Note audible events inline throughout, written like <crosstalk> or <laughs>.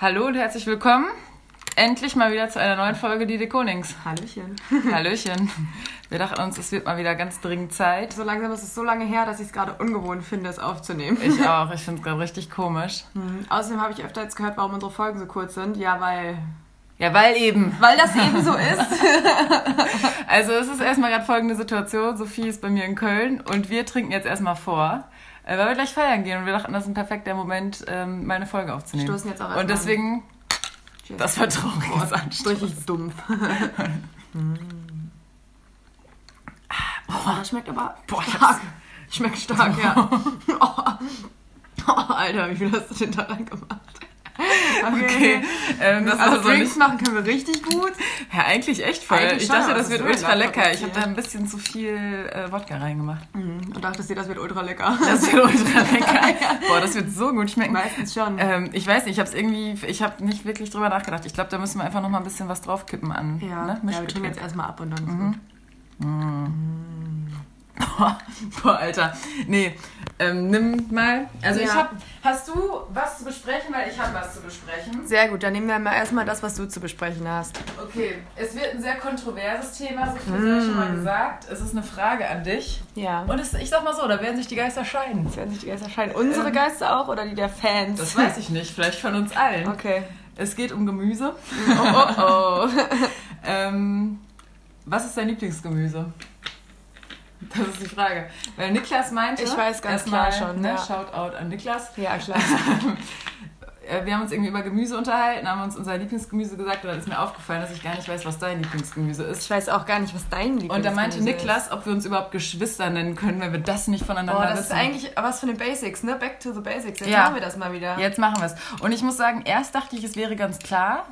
Hallo und herzlich willkommen. Endlich mal wieder zu einer neuen Folge Die <laughs> Dekonings. Hallöchen. Hallöchen. Wir dachten uns, es wird mal wieder ganz dringend Zeit. So langsam ist es so lange her, dass ich es gerade ungewohnt finde, es aufzunehmen. <laughs> Mhm. Ich auch. Ich finde es gerade richtig komisch. Außerdem habe ich öfter jetzt gehört, warum unsere Folgen so kurz sind. Ja, weil. Ja, weil eben. Weil das eben so ist. Also es ist erstmal gerade folgende Situation. Sophie ist bei mir in Köln und wir trinken jetzt erstmal vor, äh, weil wir gleich feiern gehen. Und wir dachten, das ist ein perfekter Moment, ähm, meine Folge aufzunehmen. Stoßen jetzt auch erstmal und deswegen, <laughs> Cheers. das war trauriges Boah, Anstoß. richtig dumpf. <laughs> Boah, das schmeckt aber Boah, ich stark. Schmeckt stark, ja. Oh. <laughs> Oh, Alter, wie viel hast du denn da reingemacht? <laughs> Okay, ähm, das also war so Drinks nicht... machen können wir richtig gut. Ja, eigentlich echt voll. Eigentlich ich schon, dachte, aber das es wird ist ultra so lecker. Ich habe lecker. da ein bisschen zu viel äh, Wodka <laughs> reingemacht. Und dachtest dir, Mhm. das wird ultra lecker. Das wird ultra lecker. Boah, das wird so gut schmecken. Meistens schon. Ähm, ich weiß nicht, ich habe es irgendwie, ich habe nicht wirklich drüber nachgedacht. Ich glaube, da müssen wir einfach noch mal ein bisschen was draufkippen an. ja. ne? Mhm. ja, wir trinken jetzt erstmal ab und dann ist gut. <laughs> Boah, boah, Alter. Nee, ähm, nimm mal. Also Ja. ich habe. Hast du was zu besprechen? Weil ich habe was zu besprechen. Sehr gut, dann nehmen wir mal erstmal das, was du zu besprechen hast. Okay, es wird ein sehr kontroverses Thema, so viel mm. schon Hm. mal gesagt. Es ist eine Frage an dich. Ja. Und es, ich sag mal so, da werden sich die Geister scheiden. Werden sich die Geister scheiden. Unsere Geister auch oder die der Fans? Das weiß ich nicht, vielleicht von uns allen. <laughs> Okay. Es geht um Gemüse. Oh, oh, oh. Ähm, was ist dein Lieblingsgemüse? Das ist die Frage. Weil Niklas meinte, Ich weiß ganz erstmal, klar schon, Ne, ja. Shoutout an Niklas. ja, klar. Äh, Wir haben uns irgendwie über Gemüse unterhalten, haben uns unser Lieblingsgemüse gesagt und dann ist mir aufgefallen, dass ich gar nicht weiß, was dein Lieblingsgemüse ist. Ich weiß auch gar nicht, was dein Lieblingsgemüse Und da meinte ist. Niklas, ob wir uns überhaupt Geschwister nennen können, wenn wir das nicht voneinander Oh, das wissen. ist eigentlich was für eine Basics, ne? Back to the Basics. Jetzt Ja. machen wir das mal wieder. Jetzt machen wir es. Und ich muss sagen, erst dachte ich, es wäre ganz klar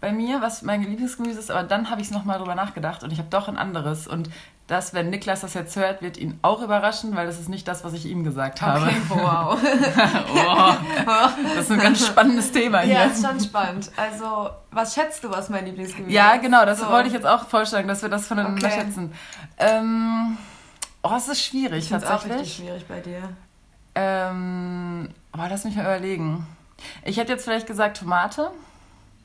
bei mir, was mein Lieblingsgemüse ist, aber dann habe ich es nochmal drüber nachgedacht und ich habe doch ein anderes. Und das, wenn Niklas das jetzt hört, wird ihn auch überraschen, weil das ist nicht das, was ich ihm gesagt habe. Oh, Okay, <laughs> <laughs> wow. Das ist ein ganz spannendes Thema hier. ja, ist schon spannend. Also, was schätzt du, was mein Lieblingsgemüse Ja, ist? genau, das So. wollte ich jetzt auch vorschlagen, dass wir das voneinander Okay. schätzen. Ähm, oh, es ist schwierig Ich find's auch richtig tatsächlich. schwierig bei dir. Ähm, oh, lass mich mal überlegen. Ich hätte jetzt vielleicht gesagt Tomate.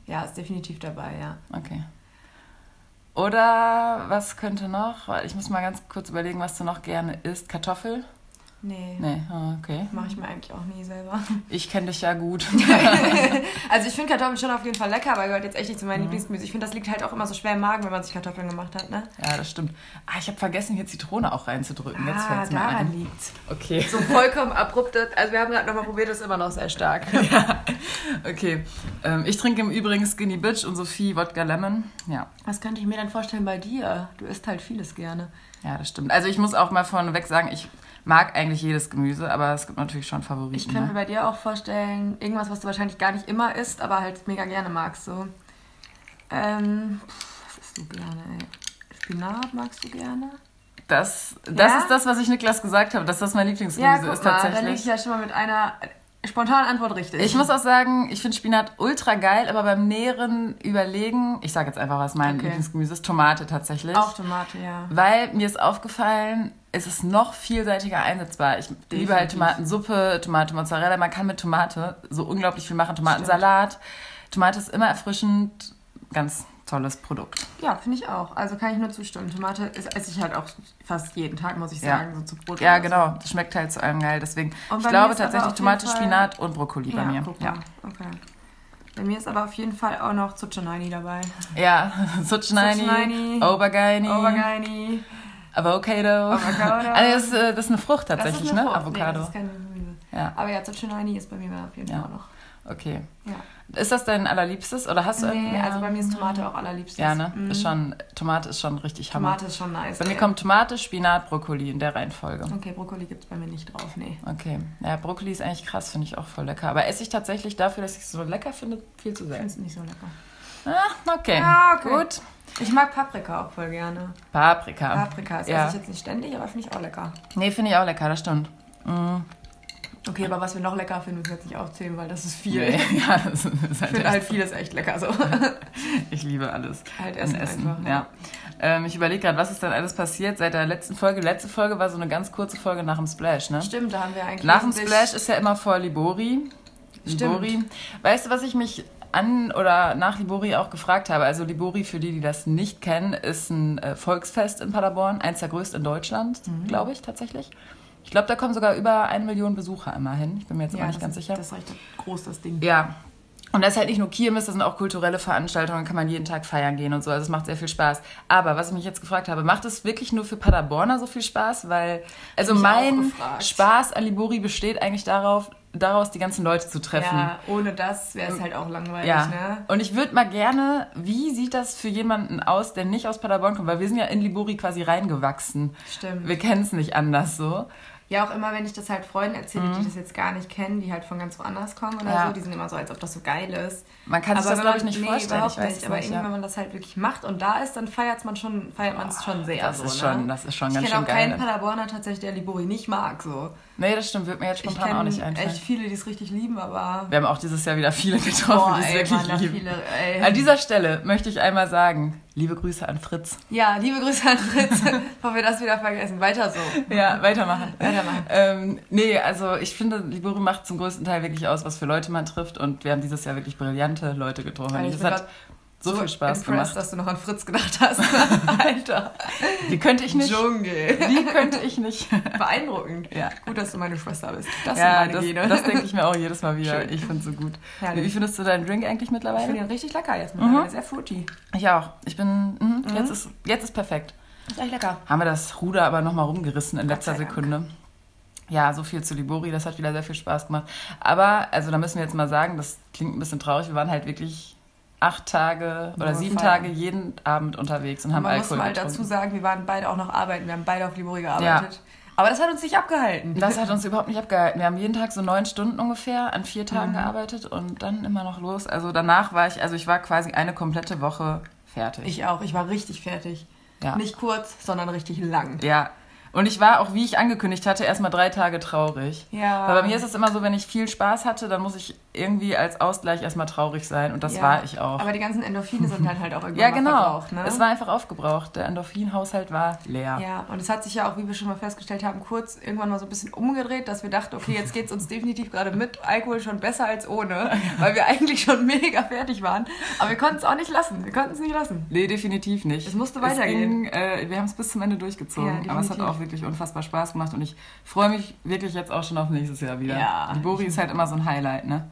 Ja, ist definitiv dabei, ja. Okay. Oder was könnte noch? Weil Ich muss mal ganz kurz überlegen, was du noch gerne isst. Kartoffel? Nee. Nee, ah, okay. Mache ich mir eigentlich auch nie selber. Ich kenne dich ja <laughs> gut. Also ich finde Kartoffeln schon auf jeden Fall lecker, aber gehört jetzt echt nicht zu meinen Lieblingsgemüse. Ich finde, das liegt halt auch immer so schwer im Magen, wenn man sich Kartoffeln gemacht hat, ne? Ja, das stimmt. Ah, ich habe vergessen, hier Zitrone auch reinzudrücken. Jetzt fällt ah, es mir daran ein. liegt's. Okay. <laughs> So vollkommen abrupt. das- Also wir haben gerade nochmal probiert, das ist immer noch sehr stark. Okay. Ähm, ich trinke im Übrigen Skinny Bitch und Sophie Wodka Lemon. Ja. Was könnte ich mir dann vorstellen bei dir? Du isst halt vieles gerne. Ja, das stimmt. Also ich muss auch mal vorneweg sagen, ich mag eigentlich jedes Gemüse, aber es gibt natürlich schon Favoriten. Ich könnte mir ne? bei dir auch vorstellen, irgendwas, was du wahrscheinlich gar nicht immer isst, aber halt mega gerne magst. So. Ähm, pff, was isst du gerne, ey? Spinat magst du gerne? Das, das Ja? ist das, was ich Niklas gesagt habe, dass das mein Lieblingsgemüse Ja, guck ist mal, da liege ich tatsächlich. ja schon mal mit einer spontanen Antwort richtig. Ich muss auch sagen, ich finde Spinat ultra geil, aber beim näheren Überlegen, ich sage jetzt einfach, was mein Okay. Lieblingsgemüse ist, Tomate tatsächlich. auch Tomate, ja. Weil mir ist aufgefallen, es ist noch vielseitiger einsetzbar. Ich liebe halt Tomatensuppe, Tomate Mozzarella. Man kann mit Tomate so unglaublich viel machen. Tomatensalat. Tomate ist immer erfrischend. Ganz tolles Produkt. Ja, finde ich auch. Also kann ich nur zustimmen. Tomate ist- esse ich halt auch fast jeden Tag, muss ich Ja. sagen, so zu Brot. Ja, oder so. genau. Das schmeckt halt zu allem geil. Deswegen, Und ich bei mir glaube ist aber tatsächlich auf jeden Tomate, Fall- Spinat und Brokkoli ja, bei mir. Guck Ja, mal. Okay. Bei mir ist aber auf jeden Fall auch noch Zucchinaini dabei. ja. <laughs> Zucchinaini, Zucchinaini, Obergaini, Obergaini. Avocado. Avocado. Ah, nee, das, ist, äh, das ist eine Frucht tatsächlich, das ist eine ne? Frucht. Nee, Avocado. das ist kein Gemüse. Ja. Aber ja, Zucchinaini ist bei mir auf jeden Ja. Fall auch noch. okay. Ja. Ist das dein allerliebstes oder hast du Nee, ja. also bei mir ist Tomate auch allerliebstes. Ja, ne? Mm, Ist schon, Tomate ist schon richtig Hammer. Tomate ist schon nice. Bei mir ey. kommt Tomate, Spinat, Brokkoli in der Reihenfolge. Okay, Brokkoli gibt's bei mir nicht drauf, nee. Okay. Ja, Brokkoli ist eigentlich krass, finde ich auch voll lecker. Aber esse ich tatsächlich dafür, dass ich es so lecker finde, viel zu Ich selten. find's nicht so lecker. Ah, okay. Ja, okay. Gut. Ich mag Paprika auch voll gerne. Paprika. Paprika, das ja. esse ich jetzt nicht ständig, aber finde ich auch lecker. Nee, finde ich auch lecker, das stimmt. Mm. Okay, aber was wir noch lecker finden, müssen wir jetzt nicht aufzählen, weil das ist viel. Nee, <laughs> ja, das ist Ich halt finde erst, halt vieles echt lecker. So. <laughs> ich liebe alles. <laughs> Halt Essen An einfach, ne? ja. Ähm, ich überlege gerade, was ist denn alles passiert seit der letzten Folge? Letzte Folge war so eine ganz kurze Folge nach dem Splash, ne? Stimmt, da haben wir eigentlich. Nach dem wesentlich- Splash ist ja immer vor Libori. Stimmt. Libori. Weißt du, was ich mich an oder nach Libori auch gefragt habe? Also Libori, für die, die das nicht kennen, ist ein äh, Volksfest in Paderborn, eins der größten in Deutschland, Mhm. glaube ich tatsächlich. Ich glaube, da kommen sogar über eine Million Besucher immer hin. Ich bin mir jetzt aber das nicht ganz ist- sicher. Das ist recht groß, das Ding. Ja. Und das ist halt nicht nur Kirmes, das sind auch kulturelle Veranstaltungen, kann man jeden Tag feiern gehen und so. Also es macht sehr viel Spaß. Aber was ich mich jetzt gefragt habe, macht es wirklich nur für Paderborner so viel Spaß? Weil, also Hab ich auch mein gefragt. Spaß an Libori besteht eigentlich darauf, daraus die ganzen Leute zu treffen. Ja, ohne das wäre es halt auch langweilig, Ja. ne? Und ich würde mal gerne, wie sieht das für jemanden aus, der nicht aus Paderborn kommt? Weil wir sind ja in Libori quasi reingewachsen. Stimmt. Wir kennen es nicht anders so. Ja, auch immer, wenn ich das halt Freunden erzähle, die das jetzt gar nicht kennen, die halt von ganz woanders kommen oder Mhm. Ja. so, die sind immer so, als ob das so geil ist. Man kann sich das, wenn glaube ich, man- nicht vorstellen. überhaupt Ich weiß es nicht, aber nicht, irgendwie, ja. wenn man das halt wirklich macht und da ist, dann feiert man schon, feiert man es schon sehr. das so, ist ne? schon- das ist schon ich ganz kenne schön auch geil, keinen ne? Paderborner tatsächlich, der Libori nicht mag. So. Nee, das stimmt, wird mir jetzt Ich spontan auch kenne nicht einfallen. echt viele, die es richtig <laughs> lieben, aber. Wir haben auch dieses Jahr wieder viele getroffen, Boah, die es ey, wirklich waren da lieben. Also viele, ey. An dieser Stelle möchte ich einmal sagen, liebe Grüße an Fritz. Ja, liebe Grüße an Fritz. <laughs> Bevor wir das wieder vergessen. Weiter so. Ja, <laughs> weitermachen. <laughs> Weitermachen. Ähm, nee, also ich finde, Libori macht zum größten Teil wirklich aus, was für Leute man trifft. Und wir haben dieses Jahr wirklich brillante Leute getroffen. Also ich es bin hat grad so, viel Spaß impressed, gemacht. dass du noch an Fritz gedacht hast. <laughs> Alter. Wie könnte ich nicht? Dschungel. Wie könnte ich nicht? <laughs> Beeindruckend. Ja. Gut, dass du meine Schwester bist. Das ja, sind meine das, Gene. das denke ich mir auch jedes Mal wieder. Schön. Ich finde es so gut. Herrlich. Wie findest du deinen Drink eigentlich <laughs> ich finde mittlerweile? den richtig lecker jetzt Mhm. mittlerweile. Sehr fruity. Ich auch. Ich bin, mhm, Jetzt, ist, jetzt ist perfekt. Ist echt lecker. haben wir das Ruder aber nochmal rumgerissen in letzter sei Dank. Sekunde. Ja, so viel zu Libori, das hat wieder sehr viel Spaß gemacht. Aber, also da müssen wir jetzt mal sagen, das klingt ein bisschen traurig, wir waren halt wirklich acht Tage oder Nur sieben feiern. Tage jeden Abend unterwegs und haben Man Alkohol muss mal getrunken. dazu sagen, wir waren beide auch noch arbeiten. Wir haben beide auf Libori gearbeitet. Aber das hat uns nicht abgehalten. das hat uns überhaupt nicht abgehalten. Wir haben jeden Tag so neun Stunden ungefähr an vier Tagen Mhm. gearbeitet und dann immer noch los. Also danach war ich, also ich war quasi eine komplette Woche fertig. Ich auch. Ich war richtig fertig. Ja. Nicht kurz, sondern richtig lang. Ja. Und ich war auch, wie ich angekündigt hatte, erstmal drei Tage traurig. Ja. Weil bei mir ist es immer so, wenn ich viel Spaß hatte, dann muss ich irgendwie als Ausgleich erstmal traurig sein. Und das Ja. war ich auch. Aber die ganzen Endorphine sind halt, <laughs> halt auch irgendwann ja, mal genau. verbraucht, ne? Es war einfach aufgebraucht. Der Endorphinhaushalt war leer. ja, und es hat sich ja auch, wie wir schon mal festgestellt haben, kurz irgendwann mal so ein bisschen umgedreht, dass wir dachten, okay, jetzt geht es uns definitiv gerade mit Alkohol schon besser <laughs> als ohne, weil wir eigentlich schon mega fertig waren. Aber wir konnten es auch nicht lassen. Wir konnten es nicht lassen. Nee, definitiv nicht. Es musste weitergehen. ging, äh, wir haben es bis zum Ende durchgezogen. Ja, aber es hat definitiv. auch wirklich unfassbar Spaß gemacht. Und ich freue mich wirklich jetzt auch schon auf nächstes Jahr wieder. Ja. Die Bori ist halt immer so ein Highlight, <laughs> ne?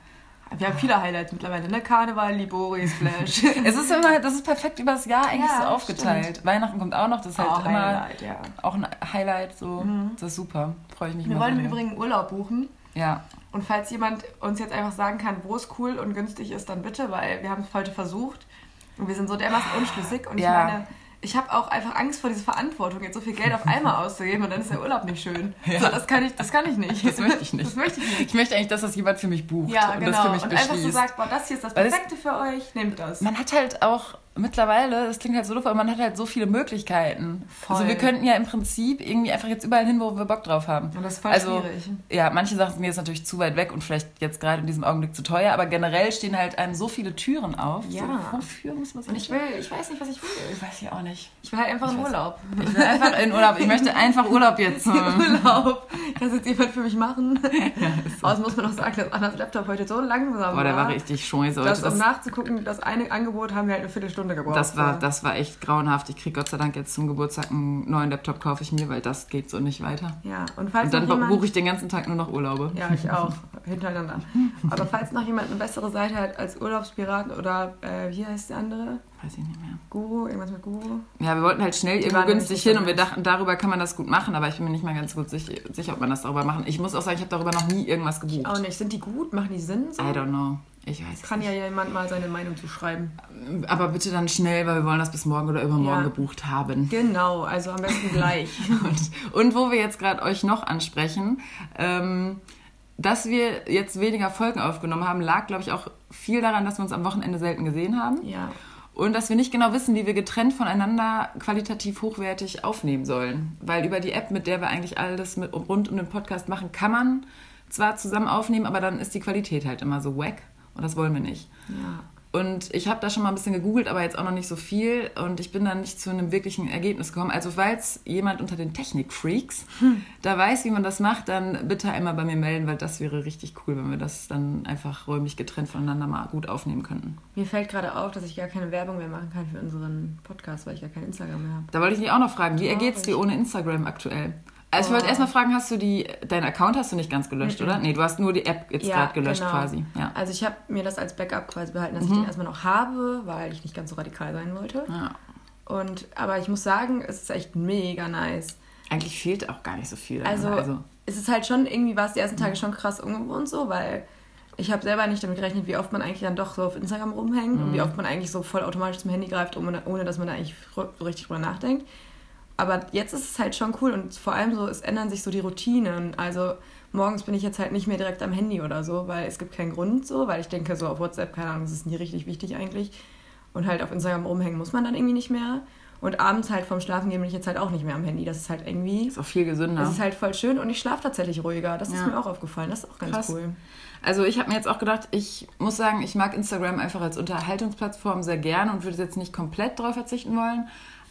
Wir haben viele Highlights mittlerweile, ne? Karneval, Libori, Splash. Es <laughs> ist immer, das ist perfekt über das Jahr eigentlich Ja, so aufgeteilt. Weihnachten kommt auch noch, das ist halt Auch immer Highlight, ja. auch ein Highlight. So. Das ist super. Freue ich mich Mhm. Wir immer wollen so im sehr. Übrigen Urlaub buchen. Ja. Und falls jemand uns jetzt einfach sagen kann, wo es cool und günstig ist, dann bitte, weil wir haben es heute versucht und wir sind so dermaßen unschlüssig. Und Ja. ich meine, ich habe auch einfach Angst vor dieser Verantwortung, jetzt so viel Geld auf einmal auszugeben und dann ist der Urlaub nicht schön. So, das, kann ich, das kann ich nicht. Das möchte ich nicht. Das möchte ich nicht. Ich möchte eigentlich, dass das jemand für mich bucht Ja, und genau. das für mich und einfach so beschließt. sagt, boah, das hier ist das Weil das- Perfekte für euch, nehmt das. man hat halt auch mittlerweile, das klingt halt so doof, aber man hat halt so viele Möglichkeiten. Voll. Also wir könnten ja im Prinzip irgendwie einfach jetzt überall hin, wo wir Bock drauf haben. Und das ist voll also, schwierig. Ja, manche Sachen sind mir jetzt natürlich zu weit weg und vielleicht jetzt gerade in diesem Augenblick zu teuer, aber generell stehen halt einem so viele Türen auf. Ja. So, wofür muss man Und ich will, ich weiß nicht, was ich will. Ich weiß ja auch nicht. Ich will halt einfach Ich einen weiß- Urlaub. Ich will einfach in Urlaub. Ich möchte einfach Urlaub <laughs> jetzt. ähm, Urlaub. Kann jetzt jemand für <laughs> mich machen? Außerdem muss man auch sagen, dass Annas Laptop heute so langsam Boah, der war richtig scheiße. heute. Das, Das, um nachzugucken, das eine Angebot haben wir halt eine Viertelstunde gebraucht. das, war, das war echt grauenhaft. Ich krieg Gott sei Dank jetzt zum Geburtstag einen neuen Laptop, kaufe ich mir, weil das geht so nicht weiter. Ja, und falls Und dann noch Also jemand, buche ich den ganzen Tag nur noch Urlaube. Ja, ich auch. <laughs> Hintereinander. Aber falls noch jemand eine bessere Seite hat als Urlaubspiraten oder äh, wie heißt der andere? Weiß ich nicht mehr. Guru, irgendwas mit Guru. Ja, wir wollten halt schnell irgendwo waren nämlich günstig nicht hin so und wir nice. dachten, darüber kann man das gut machen, aber ich bin mir nicht mal ganz gut sich, sicher, ob man das darüber machen. Ich muss auch sagen, ich habe darüber noch nie irgendwas gebucht. Auch nicht. Sind die gut? Machen die Sinn? So? I don't know. Ich weiß es Kann nicht. ja jemand mal seine Meinung zu schreiben. Aber bitte dann schnell, weil wir wollen das bis morgen oder übermorgen Ja. gebucht haben. Genau, also am besten <laughs> gleich. Und, und wo wir jetzt gerade euch noch ansprechen, ähm, dass wir jetzt weniger Folgen aufgenommen haben, lag, glaube ich, auch viel daran, dass wir uns am Wochenende selten gesehen haben. ja. Und dass wir nicht genau wissen, wie wir getrennt voneinander qualitativ hochwertig aufnehmen sollen. Weil über die App, mit der wir eigentlich alles mit, rund um den Podcast machen, kann man zwar zusammen aufnehmen, aber dann ist die Qualität halt immer so wack. Und das wollen wir nicht. ja. Und ich habe da schon mal ein bisschen gegoogelt, aber jetzt auch noch nicht so viel. Und ich bin dann nicht zu einem wirklichen Ergebnis gekommen. Also falls jemand unter den Technikfreaks Hm. da weiß, wie man das macht, dann bitte einmal bei mir melden, weil das wäre richtig cool, wenn wir das dann einfach räumlich getrennt voneinander mal gut aufnehmen könnten. Mir fällt gerade auf, dass ich gar keine Werbung mehr machen kann für unseren Podcast, weil ich gar kein Instagram mehr habe. Da wollte ich dich auch noch fragen, wie Ja, ergeht's dir ohne Instagram aktuell? Also ich wollte Oh. erst mal fragen, hast du die, deinen Account hast du nicht ganz gelöscht, Mhm. oder? Nee, du hast nur die App jetzt gerade gelöscht quasi. Ja. Mhm. Also ich habe mir das als Backup quasi behalten, dass ich den erstmal noch habe, weil ich nicht ganz so radikal sein wollte. ja. Und aber ich muss sagen, es ist echt mega nice. Eigentlich fehlt auch gar nicht so viel. Also, daran, es ist halt schon irgendwie war es die ersten Tage schon krass ungewohnt so, weil ich habe selber nicht damit gerechnet, wie oft man eigentlich dann doch so auf Instagram rumhängt und wie oft man eigentlich so voll automatisch zum Handy greift, ohne, ohne dass man da eigentlich r- so richtig drüber nachdenkt. Aber jetzt ist es halt schon cool und vor allem so, es ändern sich so die Routinen. Also morgens bin ich jetzt halt nicht mehr direkt am Handy oder so, weil es gibt keinen Grund so, weil ich denke so auf WhatsApp, keine Ahnung, das ist nie richtig wichtig eigentlich. Und halt auf Instagram rumhängen muss man dann irgendwie nicht mehr. Und abends halt vorm Schlafen gehen bin ich jetzt halt auch nicht mehr am Handy. Das ist halt irgendwie ist auch viel gesünder. es ist halt voll schön und ich schlafe tatsächlich ruhiger. Das Ja. ist mir auch aufgefallen. Das ist auch ganz Krass. cool. Also ich habe mir jetzt auch gedacht, ich muss sagen, ich mag Instagram einfach als Unterhaltungsplattform sehr gern und würde jetzt nicht komplett drauf verzichten wollen.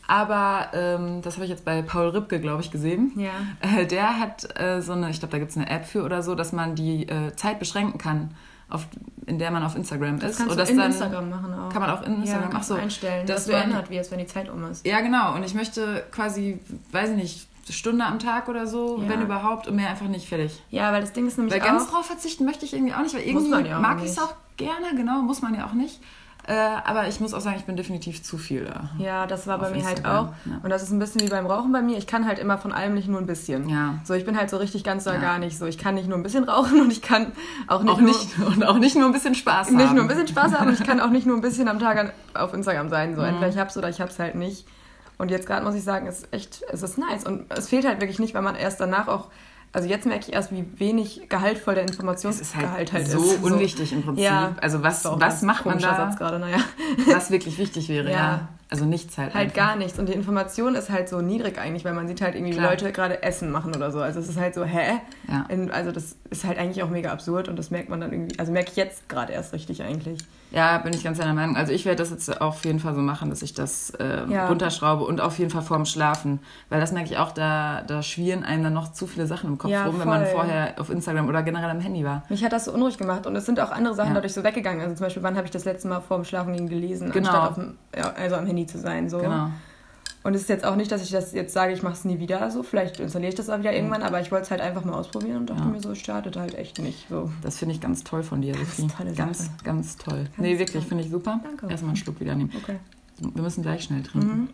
Aber ähm, das habe ich jetzt bei Paul Ripke, glaube ich, gesehen. Ja. Äh, der hat äh, so eine, ich glaube, da gibt es eine App für oder so, dass man die äh, Zeit beschränken kann, auf, in der man auf Instagram ist. kannst und du das in dann, Instagram machen auch. Kann man auch in Instagram, ja, ach so, einstellen, dass dass du man- ändert wie es, wenn die Zeit um ist. Ja, genau. Und ich möchte quasi, weiß ich nicht, eine Stunde am Tag oder so, Ja. wenn überhaupt, und mehr einfach nicht fertig. Ja, weil das Ding ist nämlich Weil ganz auch... drauf verzichten möchte ich irgendwie auch nicht, weil irgendwie man ja auch mag ich es nicht. auch gerne, genau, muss man ja auch nicht. Äh, aber ich muss auch sagen, ich bin definitiv zu viel da. Ja, das war bei Auf mir halt Instagram, auch. ja. Und das ist ein bisschen wie beim Rauchen bei mir. Ich kann halt immer von allem nicht nur ein bisschen. Ja. So, ich bin halt so richtig ganz oder Ja. gar nicht so. Ich kann nicht nur ein bisschen rauchen <laughs> und ich kann auch nicht, Auch nur, nicht, und auch nicht nur ein bisschen Spaß haben. nicht nur ein bisschen Spaß haben und ich kann auch nicht nur ein bisschen am Tag an, auf Instagram sein. Mhm. So, entweder ich hab's oder ich hab's halt nicht. Und jetzt gerade muss ich sagen, es ist echt, es ist nice. Und es fehlt halt wirklich nicht, weil man erst danach auch, also jetzt merke ich erst, wie wenig gehaltvoll der Das ist Informationsgehalt halt, halt so ist. unwichtig im Prinzip. Ja. Also was, So. War auch was ein macht man komischer da, Satz <laughs> gerade, naja. was wirklich wichtig wäre, ja. Ja. Also nichts halt Halt einfach. gar nichts. Und die Information ist halt so niedrig eigentlich, weil man sieht halt irgendwie, wie Klar. Leute gerade Essen machen oder so. Also es ist halt so, hä? Ja. In, also das ist halt eigentlich auch mega absurd und das merkt man dann irgendwie, also merke ich jetzt gerade erst richtig eigentlich. Ja, bin ich ganz deiner Meinung. Also ich werde das jetzt auf jeden Fall so machen, dass ich das ähm, Ja. runterschraube und auf jeden Fall vorm Schlafen. Weil das merke ich auch, da, da schwirren einem dann noch zu viele Sachen im Kopf Ja, rum, wenn man voll. vorher auf Instagram oder generell am Handy war. Mich hat das so unruhig gemacht und es sind auch andere Sachen Ja. dadurch so weggegangen. Also zum Beispiel, wann habe ich das letzte Mal vor dem Schlafengehen gelesen, Genau. anstatt auf dem, ja, also am Handy zu sein. So. Genau. Und es ist jetzt auch nicht, dass ich das jetzt sage, ich mache es nie wieder. So. Vielleicht installiere ich das auch wieder irgendwann, aber ich wollte es halt einfach mal ausprobieren und dachte Mhm. Ja. mir so, es startet halt echt nicht. So. Das finde ich ganz toll von dir, Sophie. tolle ganz, Sache. ganz toll. nee, wirklich, toll. finde ich super. Danke. Mhm. Erstmal einen Schluck wieder nehmen. Okay. Wir müssen gleich schnell trinken.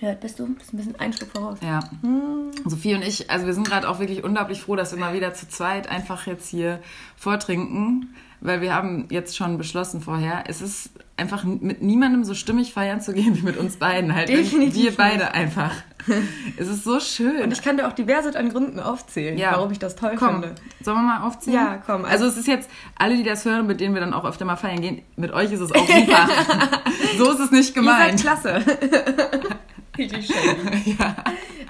Ja, bist du? Bist ein bisschen einen Schluck voraus. Ja. Mhm. Sophie und ich, also wir sind gerade auch wirklich unglaublich froh, dass wir mal wieder zu zweit einfach jetzt hier vortrinken, weil wir haben jetzt schon beschlossen vorher, es ist einfach n- mit niemandem so stimmig feiern zu gehen wie mit uns beiden halt. Definitiv Wir nicht. beide <laughs> einfach. es ist so schön. Und ich kann dir auch diverse an Gründen aufzählen, Ja. warum ich das toll Komm, finde. sollen wir mal aufziehen? Ja, komm. Also es ist jetzt, alle, die das hören, mit denen wir dann auch öfter mal feiern gehen, mit euch ist es auch <laughs> super. so ist es nicht Ihr seid gemeint. klasse. <laughs> Richtig schön. ja.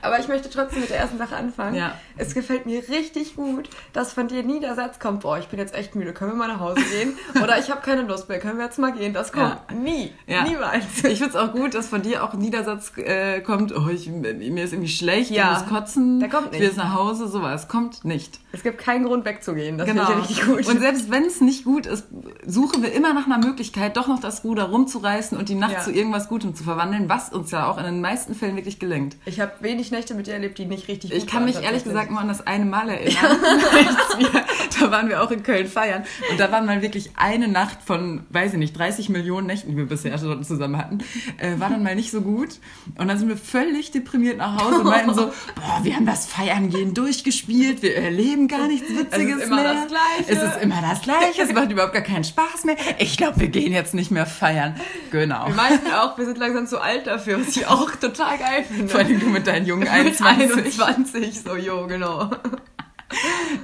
Aber ich möchte trotzdem mit der ersten Sache anfangen. Ja. Es gefällt mir richtig gut, dass von dir nie der Satz kommt, boah, ich bin jetzt echt müde, können wir mal nach Hause <laughs> gehen? Oder ich habe keine Lust mehr, können wir jetzt mal gehen? Das kommt nie, Ja. niemals. Ich finde es auch gut, dass von dir auch ein Niedersatz äh, kommt, oh, ich, mir ist irgendwie schlecht, Ja. ich muss kotzen, Der kommt ich will nicht. jetzt nach Hause, sowas. Kommt nicht. Genau. Es gibt keinen Grund wegzugehen, das finde ich richtig gut. Und selbst wenn es nicht gut ist, suchen wir immer nach einer Möglichkeit, doch noch das Ruder rumzureißen und die Nacht Ja. zu irgendwas Gutem zu verwandeln, was uns ja auch in den meisten Fällen wirklich gelingt. ich habe wenig Nächte mit dir erlebt, die nicht richtig Ich gut kann waren, mich ehrlich tatsächlich. gesagt nur an das eine <laughs> Mal erinnern. <laughs> als wir, da waren wir auch in Köln feiern. Und da waren mal wirklich eine Nacht von, weiß ich nicht, 30 Millionen Nächten, die wir bisher schon zusammen hatten, äh, war dann mal nicht so gut. Und dann sind wir völlig deprimiert nach Hause und meinten <laughs> so, boah, wir haben das Feiern gehen durchgespielt, wir erleben gar nichts Witziges immer mehr. das Gleiche. Es ist immer das Gleiche, es macht überhaupt gar keinen Spaß mehr. Ich glaube, wir gehen jetzt nicht mehr feiern. Genau. Wir meinten auch, wir sind langsam zu alt dafür, was ich auch total geil finde. Vor allem du mit deinen jungen <laughs> Mit 21. 21, so jo, genau.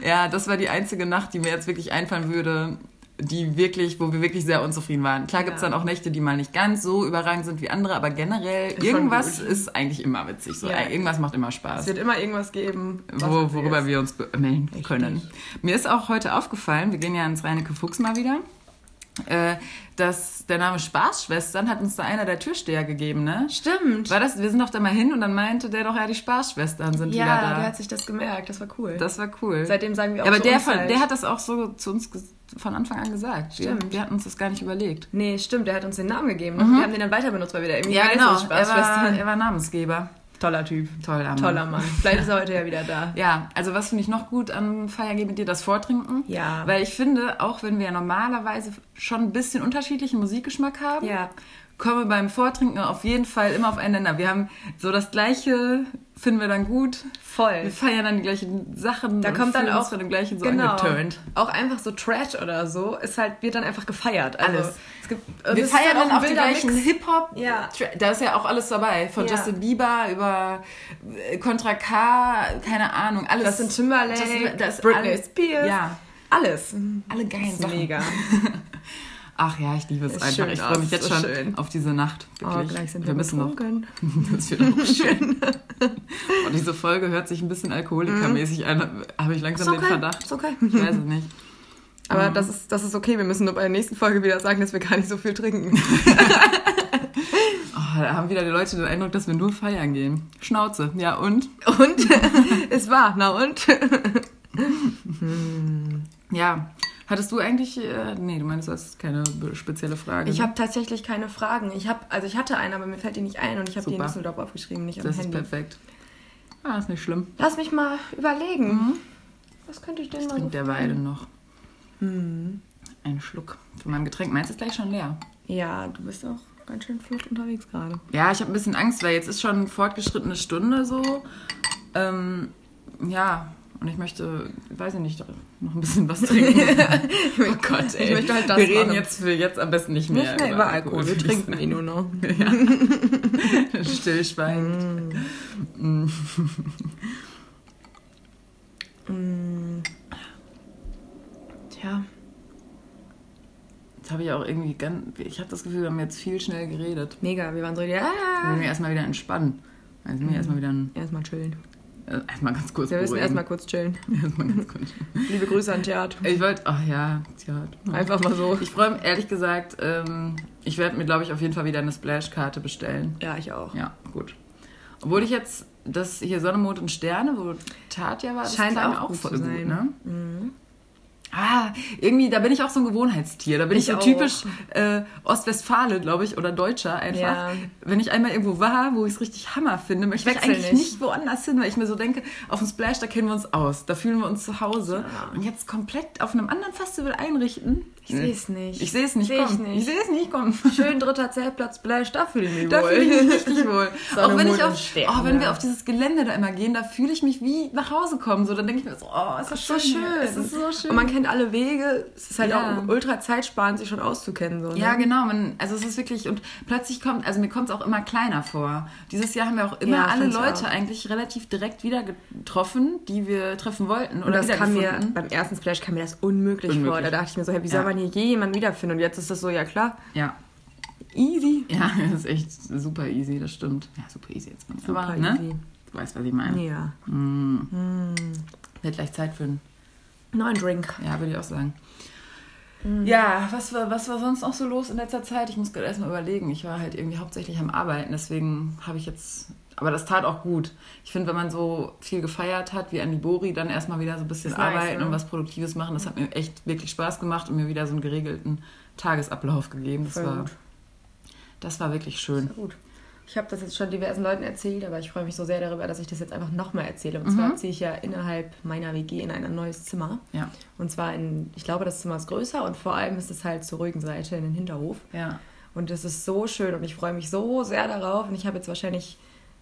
Ja, das war die einzige Nacht, die mir jetzt wirklich einfallen würde, die wirklich, wo wir wirklich sehr unzufrieden waren. Klar gibt's Ja. dann auch Nächte, die mal nicht ganz so überragend sind wie andere, aber generell schon irgendwas gut. ist eigentlich immer witzig. So. äh, Ja. Irgendwas macht immer Es Spaß. wird immer irgendwas geben. was Wo, es worüber ist. äh, wir uns beömmeln können. Mir ist auch heute aufgefallen, wir gehen ja ins Reinecke Fuchs mal wieder. äh, dass der Name Spaßschwestern hat uns da einer der Türsteher gegeben, ne? Stimmt. War das, wir sind doch da mal hin und dann meinte der doch, ja, die Spaßschwestern sind wieder ja, der da. hat sich das gemerkt. Das war cool. Das war cool. Seitdem sagen wir auch ja, aber zu der, uns von, halt. der hat das auch so zu uns ges- von Anfang an gesagt. Stimmt. Wir, wir hatten uns das gar nicht überlegt. Nee, stimmt, der hat uns den Namen gegeben. Wir haben den dann weiter benutzt, weil wir da irgendwie Mhm. Ja, vergessen genau. haben, Er war, Spaßschwestern. er war Namensgeber. Toller Typ. Toller Mann. Toller Mann. Vielleicht ist er heute ja wieder da. Ja, also was finde ich noch gut an Feier geht mit dir, das Vortrinken. Ja. Weil ich finde, auch wenn wir ja normalerweise schon ein bisschen unterschiedlichen Musikgeschmack haben, Ja. kommen wir beim Vortrinken auf jeden Fall immer auf einen Nenner. Wir haben so das Gleiche, finden wir dann gut. Voll. Wir feiern dann die gleichen Sachen. Da und kommt dann fühlen uns auch- von dem gleichen so genau. angeturnt. Auch einfach so Trash oder so ist halt wird dann einfach gefeiert. Also, Alles. Es halt gibt, Wir feiern dann auch die gleichen Mix. Hip-Hop. Ja. Tra- Da ist ja auch alles dabei. Von Ja. Justin Bieber über äh, Contra K, keine Ahnung. Alles. Das sind Timberlake, Das sind- das ist Britney alles- Spears. Ja. Alles. Alle geilen Sachen. Mega. Ach ja, ich liebe es Ist einfach. schön, ich freue mich oh, jetzt so schon schön. Oh, auf diese Nacht. Wirklich. wir müssen noch. betrunken. <laughs> Das wird auch schön. Und diese Folge hört sich ein bisschen alkoholikermäßig an. Habe ich Mhm. Ist langsam den okay. Verdacht. Ist okay. <laughs> Ich weiß es nicht. Aber das, ist, das ist okay. Wir müssen nur bei der nächsten Folge wieder sagen, dass wir gar nicht so viel trinken. Oh, da haben wieder die Leute den Eindruck, dass wir nur feiern gehen. Schnauze. Ja, und? <laughs> Und es war. Na und? Ja. Hattest du eigentlich. Äh, nee, du meinst, du hast keine be- spezielle Frage. Ich ne? habe tatsächlich keine Fragen. Ich habe, also ich hatte eine, aber mir fällt die nicht ein und ich habe die in Super. Düsseldorf aufgeschrieben, nicht am Das ist Handy. perfekt. Ah, ist nicht schlimm. Lass mich mal überlegen. Mhm. Was könnte ich denn mal so Trinkt derweile noch Hm. einen Schluck von meinem Getränk. Meinst du, ist gleich schon leer? Ja, du bist auch ganz schön flott unterwegs gerade. Ja, ich habe ein bisschen Angst, weil jetzt ist schon fortgeschrittene Stunde so. Ähm, ja, und ich möchte, weiß ich nicht, noch ein bisschen <laughs> was trinken. <laughs> oh Gott, ey. Ich möchte halt das Wir reden machen. jetzt für jetzt am besten nicht mehr. Nicht mehr über <laughs> Alkohol, wir trinken eh nur noch. Hm. Stillschweigend. Mm. <laughs> Mm. Tja, Jetzt habe ich auch irgendwie ganz. Ich habe das Gefühl, wir haben jetzt viel schnell geredet. mega, wir waren so, ja, Wir müssen erstmal wieder entspannen. Also mir erstmal wieder ein, erstmal chillen. äh, erstmal ganz kurz Mhm. Wir müssen beruhigen. erstmal kurz chillen. <laughs> erstmal ganz kurz. Liebe Grüße an Theater. Ich wollte, ach ja, ja. Einfach mal so. Ich freue mich, ehrlich gesagt, ähm, ich werde mir, glaube ich, auf jeden Fall wieder eine Splash-Karte bestellen. Ja, ich auch. Ja, gut. Obwohl ich jetzt, das hier Sonne, Mond und Sterne, wo Tatja war, das Scheint klang auch gut zu sein. ne? Mhm. Ah, irgendwie, da bin ich auch so ein Gewohnheitstier. Da bin ich, Ich so auch. typisch äh, Ostwestfale, glaube ich, oder Deutscher einfach. Ja. Wenn ich einmal irgendwo war, wo ich es richtig Hammer finde, möchte ich Wechsel eigentlich nicht. nicht. woanders hin, weil ich mir so denke, auf dem Splash, da kennen wir uns aus, da fühlen wir uns zu Hause. Und jetzt komplett auf einem anderen Festival einrichten. Ich sehe es nicht. Ich sehe es nicht Seh ich kommen. nicht. sehe es nicht <laughs> kommen. Schön dritter Zeltplatz, Splash, da fühle ich mich Da wohl. fühle ich mich richtig <laughs> wohl. Sonne, auch wenn, Mond ich und auf, Sterne. auch wenn wir auf dieses Gelände da immer gehen, da fühle ich mich wie nach Hause kommen. So, dann denke ich mir so, oh, es ist So schön. hier. Es ist so schön. Und man kennt alle Wege. Es ist halt Ja. auch ultra zeitsparend, sich schon auszukennen. So, ne? ja, genau. Man, also es ist wirklich, und plötzlich kommt, also mir kommt es auch immer kleiner vor. Dieses Jahr haben wir auch immer Ja, alle find's Leute auch. eigentlich relativ direkt wieder getroffen, die wir treffen wollten. Oder Und das kam mir, wiedergefunden. beim ersten Splash kam mir das unmöglich, vor. Unmöglich. Da dachte ich mir so, hey, wie soll Ja. man hier jemanden wiederfinden? Und jetzt ist das so, ja klar, Ja. easy. Ja, <laughs> das ist echt super easy, das stimmt. Ja, super easy jetzt. Super Aber, ne? easy. Du weißt, was ich meine. Ja. Wird gleich Zeit für einen Neuen Drink. Ja, würde ich auch sagen. Mhm. Ja, was war, was war sonst noch so los in letzter Zeit? Ich muss gerade erstmal überlegen. Ich war halt irgendwie hauptsächlich am Arbeiten, deswegen habe ich jetzt. Aber das tat auch gut. Ich finde, wenn man so viel gefeiert hat wie an die Bori, dann erstmal wieder so ein bisschen Ist nice, arbeiten ne? Mhm. und was Produktives machen. Das hat mir echt wirklich Spaß gemacht und mir wieder so einen geregelten Tagesablauf gegeben. Das, Voll war, gut. das war wirklich schön. Sehr gut. Ich habe das jetzt schon diversen Leuten erzählt, aber ich freue mich so sehr darüber, dass ich das jetzt einfach nochmal erzähle. Mhm. Und zwar ziehe ich ja innerhalb meiner WG in ein neues Zimmer. Ja. Und zwar in, ich glaube, das Zimmer ist größer und vor allem ist es halt zur ruhigen Seite in den Hinterhof. Ja. Und es ist so schön und ich freue mich so sehr darauf. Und ich habe jetzt wahrscheinlich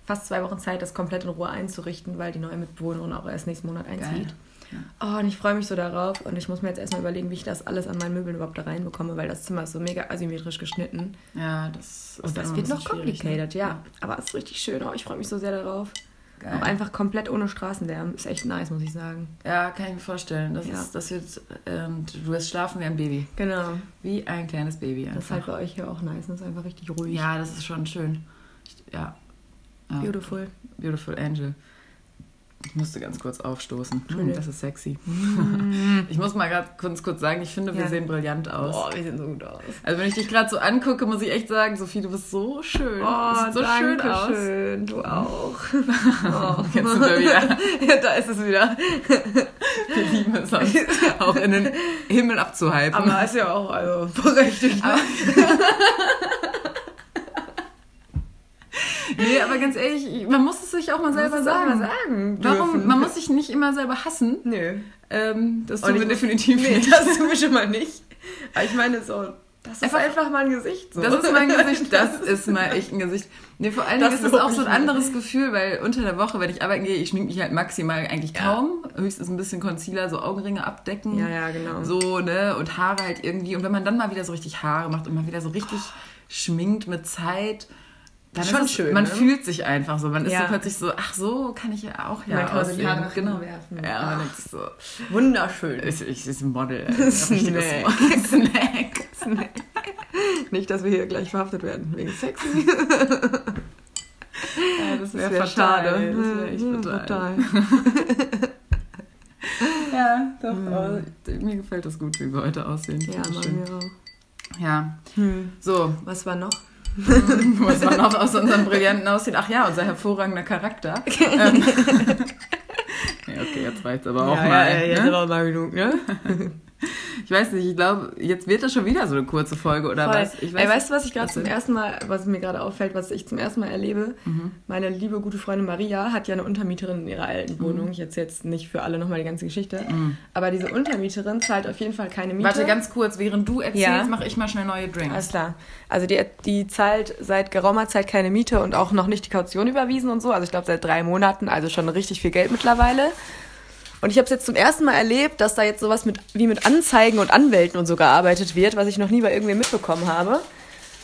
fast zwei Wochen Zeit, das komplett in Ruhe einzurichten, weil die neue Mitbewohnerin auch erst nächsten Monat einzieht. Oh, und ich freue mich so darauf. Und ich muss mir jetzt erstmal überlegen, wie ich das alles an meinen Möbeln überhaupt da reinbekomme, weil das Zimmer ist so mega asymmetrisch geschnitten. Ja, das ist Und das immer wird ein noch bisschen schwierig, ne? complicated, ja. Aber es ist richtig schön. Oh, ich freue mich so sehr darauf. Geil. Auch einfach komplett ohne Straßenlärm. Ist echt nice, muss ich sagen. Ja, kann ich mir vorstellen. Das, Ja. ist, das wird, ähm, du wirst schlafen wie ein Baby. Genau. Wie ein kleines Baby Das ist einfach. halt bei euch hier auch nice. Das ist einfach richtig ruhig. ja, das ist schon schön. Ich, ja. ja. Beautiful. Beautiful Angel. Ich musste ganz kurz aufstoßen. Hm, das ist sexy. <laughs> Ich muss mal gerade kurz, kurz sagen, ich finde, wir Mm. Ja. sehen brillant aus. Boah, wir sehen so gut aus. Also wenn ich dich gerade so angucke, muss ich echt sagen, Sophie, du bist so schön. Du siehst so schön aus. Oh, schön, du <laughs> auch. Oh. Jetzt sind wir wieder. Ja, da ist es wieder. <laughs> Wir lieben es uns, <laughs> auch in den Himmel abzuhypen. Aber ist ja auch also berechtigt. ne? nee, aber ganz ehrlich, ich- man muss es sich auch mal selber Muss es auch sagen. mal sagen Warum? dürfen. Man muss sich nicht immer selber hassen. Nö. Ähm, das Und tun ich wir muss- definitiv Nee, nicht. das tun wir schon mal nicht. Aber ich meine so, das ist Einfach- einfach, mal ein Gesicht. So. Das ist mein Gesicht, <laughs> das ist mal echt ein Gesicht. Nee, vor allen Dingen Das ist es glaub auch so ein ich nicht. anderes Gefühl, weil unter der Woche, wenn ich arbeiten gehe, ich schminke mich halt maximal eigentlich kaum. Höchstens ein bisschen Concealer, so Augenringe abdecken. <laughs> Ja, ja, genau. So, ne? Und Haare halt irgendwie. Und wenn man dann mal wieder so richtig Haare macht und mal wieder so richtig schminkt mit Zeit, dann Schon ist es, schön, man ne? fühlt sich einfach so. Man ist Ja. so plötzlich so, ach so, kann ich ja auch ja Man kann so die aussehen. Haare nach hinten genau. werfen. Ja, man Ach. denkt sich so, Wunderschön. <laughs> ich, ich, ist ein Model. also, ey. Ein richtiges Snack. Model. <laughs> Snack. Nicht, dass wir hier gleich verhaftet werden wegen <laughs> Sex. Ja, das Das wäre wäre schade. Das wäre <laughs> echt Hm, fatal. Ja, doch. aber Hm. Mir gefällt das gut, wie wir heute aussehen. Ja, Hm. Finde ich Mann, ja. Ja. So, <laughs> Was war noch? was war noch aus unserem brillanten Aussehen? Ach ja, unser hervorragender <laughs> Charakter. Ähm. <laughs> ja, okay, jetzt reicht's aber auch ja, mal. Ja, ja, ne? das war mal genug, ne? Ich weiß nicht, ich glaube, jetzt wird das schon wieder so eine kurze Folge oder Voll. was? Ich Ey, weißt du, was ich gerade was zum denn? ersten Mal, was mir gerade auffällt, was ich zum ersten Mal erlebe? Meine liebe gute Freundin Maria hat ja eine Untermieterin in ihrer alten Wohnung. Ich erzähle jetzt nicht für alle nochmal die ganze Geschichte. Aber diese Untermieterin zahlt auf jeden Fall keine Miete. Warte ganz kurz, während du erzählst, Ja. mache ich mal schnell neue Drinks. Alles klar. Also die, die zahlt seit geraumer Zeit keine Miete und auch noch nicht die Kaution überwiesen und so. Also ich glaube seit drei Monaten, also schon richtig viel Geld mittlerweile. Und ich habe es jetzt zum ersten Mal erlebt, dass da jetzt sowas mit, wie mit Anzeigen und Anwälten und so gearbeitet wird, was ich noch nie bei irgendwem mitbekommen habe.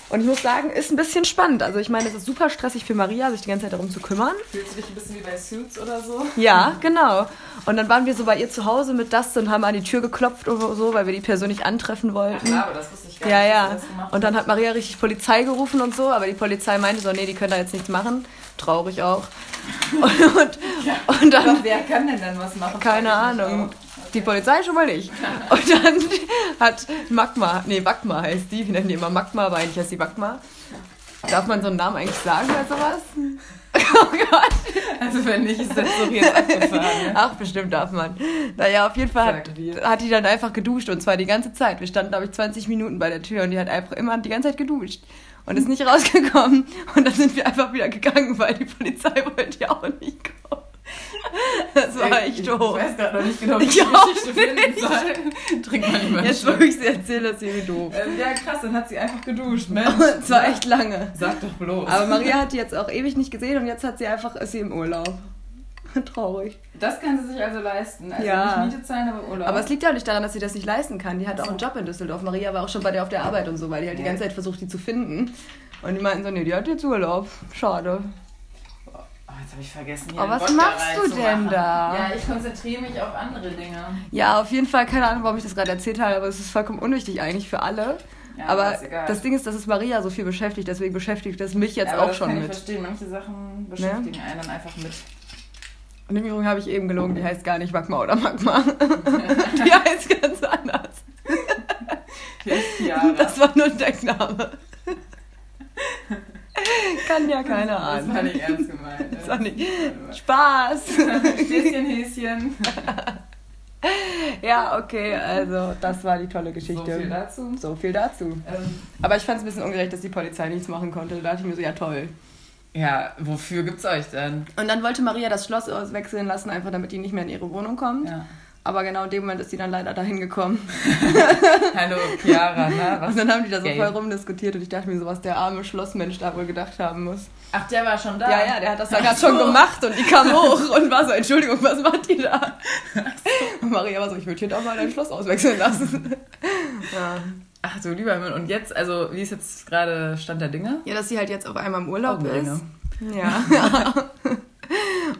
Und ich muss sagen, ist ein bisschen spannend. Also ich meine, es ist super stressig für Maria, sich die ganze Zeit darum zu kümmern. Fühlst du dich ein bisschen wie bei Suits oder so? Ja, genau. Und dann waren wir so bei ihr zu Hause mit Dustin, haben an die Tür geklopft oder so, weil wir die persönlich antreffen wollten. Ja, aber das wusste ich gar Ja, nicht. ja. Und dann hat Maria richtig Polizei gerufen und so, aber die Polizei meinte so, nee, die können da jetzt nichts machen. Traurig auch. <laughs> Und, und, und dann, wer kann denn dann was machen? keine Ahnung, die Polizei schon mal nicht. Und dann hat Magma, nee, Magma heißt die, wir nennen die immer Magma, aber eigentlich heißt die Magma. Darf man so einen Namen eigentlich sagen bei sowas? <laughs> Oh Gott. Also wenn nicht, ist das so <laughs> jetzt abgefahren. ne? Ach, bestimmt darf man. Naja, auf jeden Fall hat, Sagt wir. hat die dann einfach geduscht und zwar die ganze Zeit. Wir standen, glaube ich, 20 Minuten bei der Tür und die hat einfach immer die ganze Zeit geduscht und ist nicht rausgekommen. Und dann sind wir einfach wieder gegangen, weil die Polizei wollte ja auch nicht kommen. Das war Ich- echt doof. Ich weiß gerade noch nicht genau, wie ich Ich die auch Geschichte finden soll. Trink mal lieber einen Jetzt, wo Schluck. ich sie erzähle, ist sie irgendwie doof. Ähm, Ja, krass, dann hat sie einfach geduscht, Mensch. Und zwar echt lange. Sag doch bloß. Aber Maria hat die jetzt auch ewig nicht gesehen und jetzt hat sie einfach, ist sie im Urlaub. Traurig. das kann sie sich also leisten. Also Ja. nicht Miete zahlen, aber Urlaub. Aber es liegt ja auch nicht daran, dass sie das nicht leisten kann. Die hat auch einen Job in Düsseldorf. Maria war auch schon bei der auf der Arbeit und so, weil die halt die Ja. ganze Zeit versucht, die zu finden. Und die meinten so, nee, die hat jetzt Urlaub. Schade. oh, jetzt habe ich vergessen, hier Oh, den was Wodka machst du reinzumachen. denn da? Ja, ich konzentriere mich auf andere Dinge. Ja, auf jeden Fall, keine Ahnung, warum ich das gerade erzählt habe, aber es ist vollkommen unwichtig eigentlich für alle. Ja, aber ist egal. das Ding ist, dass es Maria so viel beschäftigt, deswegen beschäftigt das mich jetzt aber auch das schon kann Ich mit. Ne? verstehen, manche Sachen beschäftigen einen dann einfach <laughs> mit. Und im Übrigen habe ich eben gelogen, die heißt gar nicht Magma oder <laughs> Magma. die heißt ganz anders. Ja, das, Das war nur ein Deckname. Kann ja keine das war Ahnung. nicht ernst gemeint. ne? <laughs> Das war nicht. Spaß! Häschen, Häschen. Ja, okay, also das war die tolle So Geschichte. viel dazu. So viel dazu. Ähm, Aber ich fand es ein bisschen ungerecht, dass die Polizei nichts machen konnte. Da dachte ich mir so, ja toll. ja, wofür gibt's euch denn? Und dann wollte Maria das Schloss auswechseln lassen, einfach damit die nicht mehr in ihre Wohnung kommt. Ja. Aber genau in dem Moment ist sie dann leider dahin gekommen. <laughs> Hallo, Chiara, na, was Und dann haben die da so Gay. voll rumdiskutiert und ich dachte mir so, was der arme Schlossmensch da wohl gedacht haben muss. Ach, der war schon da. Ja, ja, der hat das da gerade schon gemacht und die kam hoch und war so, Entschuldigung, was macht ihr da? Und Maria war so, ich würde hier doch mal dein Schloss auswechseln lassen. Ja. Ach du lieber Himmel. Und jetzt, also, wie ist jetzt gerade Stand der Dinge? Oh, Ja, dass sie halt jetzt auf einmal im Urlaub Augenringe. ist. Ja. <laughs>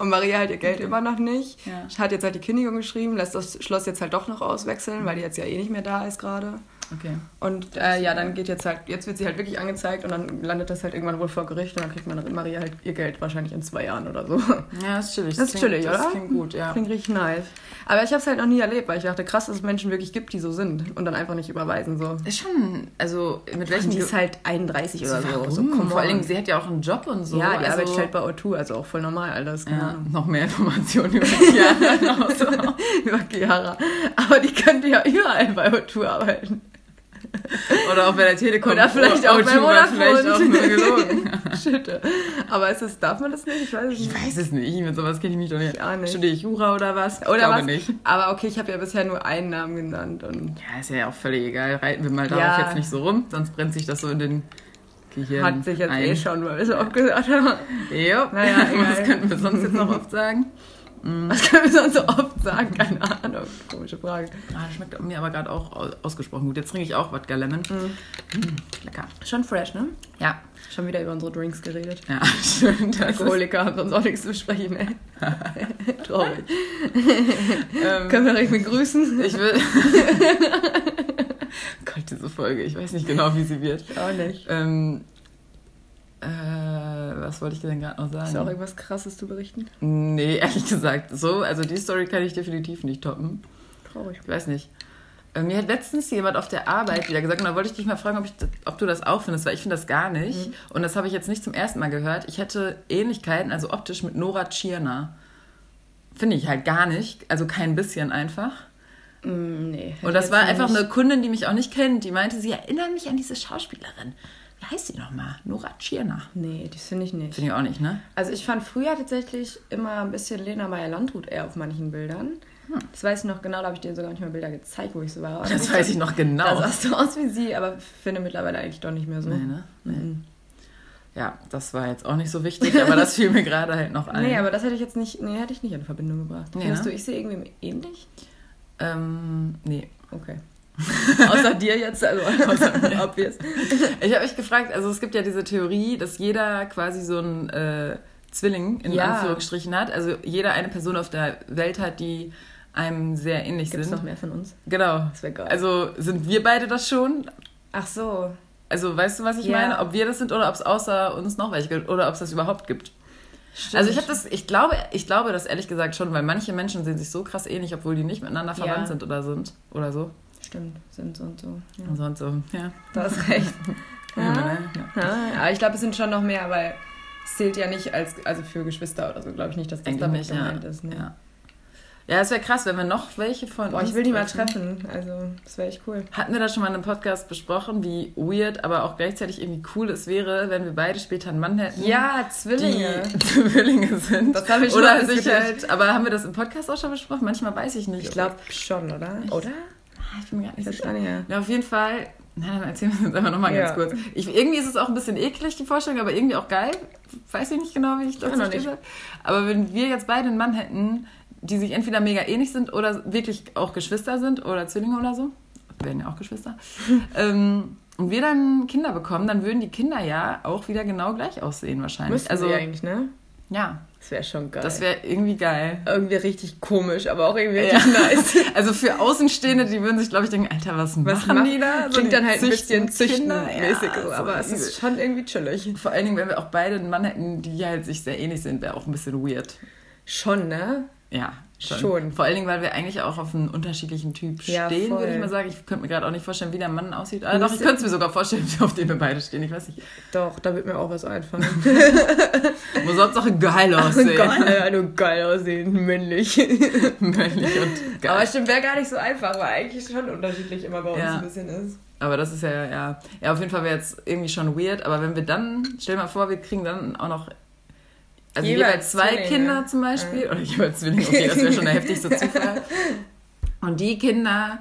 Und Maria hat ihr Geld immer noch nicht. Ja. Hat jetzt halt die Kündigung geschrieben, lässt das Schloss jetzt halt doch noch auswechseln, weil die jetzt ja eh nicht mehr da ist gerade. Okay. Und äh, ja, dann geht jetzt halt, jetzt wird sie halt wirklich angezeigt und dann landet das halt irgendwann wohl vor Gericht und dann kriegt man Maria halt ihr Geld wahrscheinlich in zwei Jahren oder so. <laughs> Ja, ist chillig. Das ist klingt- chillig, Das oder? klingt gut, ja. Klingt richtig nice. Aber ich habe es halt noch nie erlebt, weil ich dachte, krass, dass es Menschen wirklich gibt, die so sind und dann einfach nicht überweisen so. Ist schon, also mit welchen Welchen die oh, ist halt 31 oder so. Warum? so komm Vor allem, on. sie hat ja auch einen Job und so. ja, die also- arbeitet halt bei O2, also auch voll normal alles. Keine ja, Ahnung. noch mehr Informationen über <laughs> Chiara. Also, Über Chiara. Aber die könnte ja überall bei O2 arbeiten. Oder auch bei der Telekom. Oder vielleicht Oh, auch bei Vodafone war vielleicht auch Vodafone. nur <laughs> gelogen. Shit. Aber ist das, darf man das nicht? Ich weiß es Ich nicht. weiß es nicht. Mit sowas kenne ich mich doch nicht. Ich auch nicht. Studiere ich Jura oder was? Ich Oder glaube was? nicht. Aber okay, ich habe ja bisher nur einen Namen genannt und Ja, ist ja auch völlig egal. Reiten wir mal Ja. darauf jetzt nicht so rum, sonst brennt sich das so in den Gehirn. hat sich jetzt ein. eh schon, weil wir es auch gesagt haben. <laughs> Jo. Naja, egal. <laughs> was könnten wir sonst jetzt noch oft <laughs> sagen? Mm. Was können wir sonst so oft sagen? Keine Ahnung. Komische Frage. Ah, das schmeckt mir aber gerade auch au- ausgesprochen gut. Jetzt trinke ich auch Wodka Lemon. Mm, lecker. Schon fresh, ne? Ja. Schon wieder über unsere Drinks geredet. Ja, <laughs> schön. Das ist, Alkoholiker haben sonst auch nichts zu besprechen, ey. <laughs> Traurig. ähm, Können wir direkt mit grüßen? Ich will. <laughs> Gott, diese Folge, ich weiß nicht genau, wie sie wird. Auch nicht. Ähm, äh, was wollte ich denn gerade noch sagen? Hast du auch irgendwas Krasses zu berichten? Nee, ehrlich gesagt, so, also die Story kann ich definitiv nicht toppen. Traurig. Ich weiß nicht. Äh, Mir hat letztens jemand auf der Arbeit wieder gesagt, und da wollte ich dich mal fragen, ob, ich, das- ob du das auch findest, weil ich finde das gar Mhm. nicht. Und das habe ich jetzt nicht zum ersten Mal gehört. Ich hätte Ähnlichkeiten, also optisch, mit Nora Tschirner. Finde ich halt gar nicht, also kein bisschen einfach. Mm, nee. hätte Und ich das war jetzt einfach nicht. eine Kundin, die mich auch nicht kennt. Die meinte, sie erinnern mich an diese Schauspielerin. Wie heißt sie nochmal? Nora Tschirner. Nee, die finde ich nicht. Finde ich auch nicht, ne? Also ich fand früher tatsächlich immer ein bisschen Lena Meyer-Landrut eher auf manchen Bildern. Das weiß ich noch genau, da habe ich dir sogar manchmal Bilder gezeigt, wo ich so war. Hm. Das weiß ich noch <laughs> Da genau. sahst du aus wie sie, aber finde mittlerweile eigentlich doch nicht mehr so. nee, ne? nee. Mhm. Ja, das war jetzt auch nicht so wichtig, aber das fiel mir gerade halt noch ein. Nee, aber das hätte ich jetzt nicht, nee, hätte ich nicht in Verbindung gebracht. Nee, Findest ne? du, ich sehe irgendwie ähnlich? ähm, nee. <laughs> Okay. Außer dir jetzt, also <laughs> obvious. Ich habe mich gefragt, also es gibt ja diese Theorie, dass jeder quasi so einen äh, Zwilling in Ja. Anführungsstrichen hat. Also jeder eine Person auf der Welt hat, die einem sehr ähnlich Gibt es sind. noch mehr von uns? Genau. Das wäre geil. Also sind wir beide das schon? Ach so. Also weißt du, was ich Ja. meine? Ob wir das sind oder ob es außer uns noch welche gibt oder ob es das überhaupt gibt. Stimmt. Also ich habe das, ich glaube, ich glaube das ehrlich gesagt schon, weil manche Menschen sehen sich so krass ähnlich, obwohl die nicht miteinander Ja. verwandt sind oder sind oder so. Stimmt, sind so und so. Ja. Und sonst so, ja. <laughs> ne? Du hast recht. Ja. Ah, aber ich glaube, es sind schon noch mehr, weil es zählt ja nicht als, also für Geschwister oder so, glaube ich nicht, dass das Eigentlich damit nicht, ja. gemeint ist. Ne? Ja, ja es wäre krass, wenn wir noch welche von Boah, uns ich will die mal treffen, also das wäre echt cool. Hatten wir das schon mal in einem Podcast besprochen, wie weird, aber auch gleichzeitig irgendwie cool es wäre, wenn wir beide später einen Mann hätten. Ja, Die <laughs> Zwillinge sind. Das habe ich schon mal Oder sich diskutiert. halt, aber haben wir das im Podcast auch schon besprochen? Manchmal weiß ich nicht. Ich glaube schon, oder? Oder? Ah, Ich bin mir gar nicht Das ist sicher. auch nicht mehr. Ja, auf jeden Fall. Nein, dann erzählen wir es jetzt einfach nochmal Ja. ganz kurz. Ich, irgendwie ist es auch ein bisschen eklig, die Vorstellung, aber irgendwie auch geil. Weiß ich nicht genau, wie ich auch das noch nicht. verstehe. Aber wenn wir jetzt beide einen Mann hätten, die sich entweder mega ähnlich sind oder wirklich auch Geschwister sind oder Zwillinge oder so, werden ja auch <laughs> Geschwister, ähm, und wir dann Kinder bekommen, dann würden die Kinder ja auch wieder genau gleich aussehen wahrscheinlich. Müssten also sie eigentlich, ne? ja, Das wäre schon geil. das wäre irgendwie geil. irgendwie richtig komisch, aber auch irgendwie Ja. richtig <laughs> nice. <laughs> Also für Außenstehende, die würden sich, glaube ich, denken, Alter, was, Was machen macht die da? So, Klingt die dann halt ein bisschen züchten Kinder. mäßig, Ja, so, aber es ist schon irgendwie chillig. Vor allen Dingen, wenn wir auch beide einen Mann hätten, die halt sich sehr ähnlich sind, wäre auch ein bisschen weird. Schon, ne? Ja, schon. Schon. Vor allen Dingen, weil wir eigentlich auch auf einen unterschiedlichen Typ Ja, stehen, voll. würde ich mal sagen. Ich könnte mir gerade auch nicht vorstellen, wie der Mann aussieht. Ah, doch, ich Müsste- könnte es mir sogar vorstellen, <laughs> auf den wir beide stehen. Ich weiß nicht. Doch, da wird mir auch was einfallen. Muss Hauptsache <laughs> geil Aussehen. aussehen. Geil, <laughs> nur geil aussehen, männlich. <laughs> Männlich und geil. Aber stimmt, wäre gar nicht so einfach, weil eigentlich schon unterschiedlich immer bei uns Ja. ein bisschen ist. Aber das ist ja, ja, ja, auf jeden Fall wäre jetzt irgendwie schon weird. Aber wenn wir dann, stell dir mal vor, wir kriegen dann auch noch, also jeweils, Jeweils zwei Zwillinge. Kinder zum Beispiel, oder jeweils Zwillinge, okay, das wäre <laughs> schon der heftigste Zufall. Und die Kinder,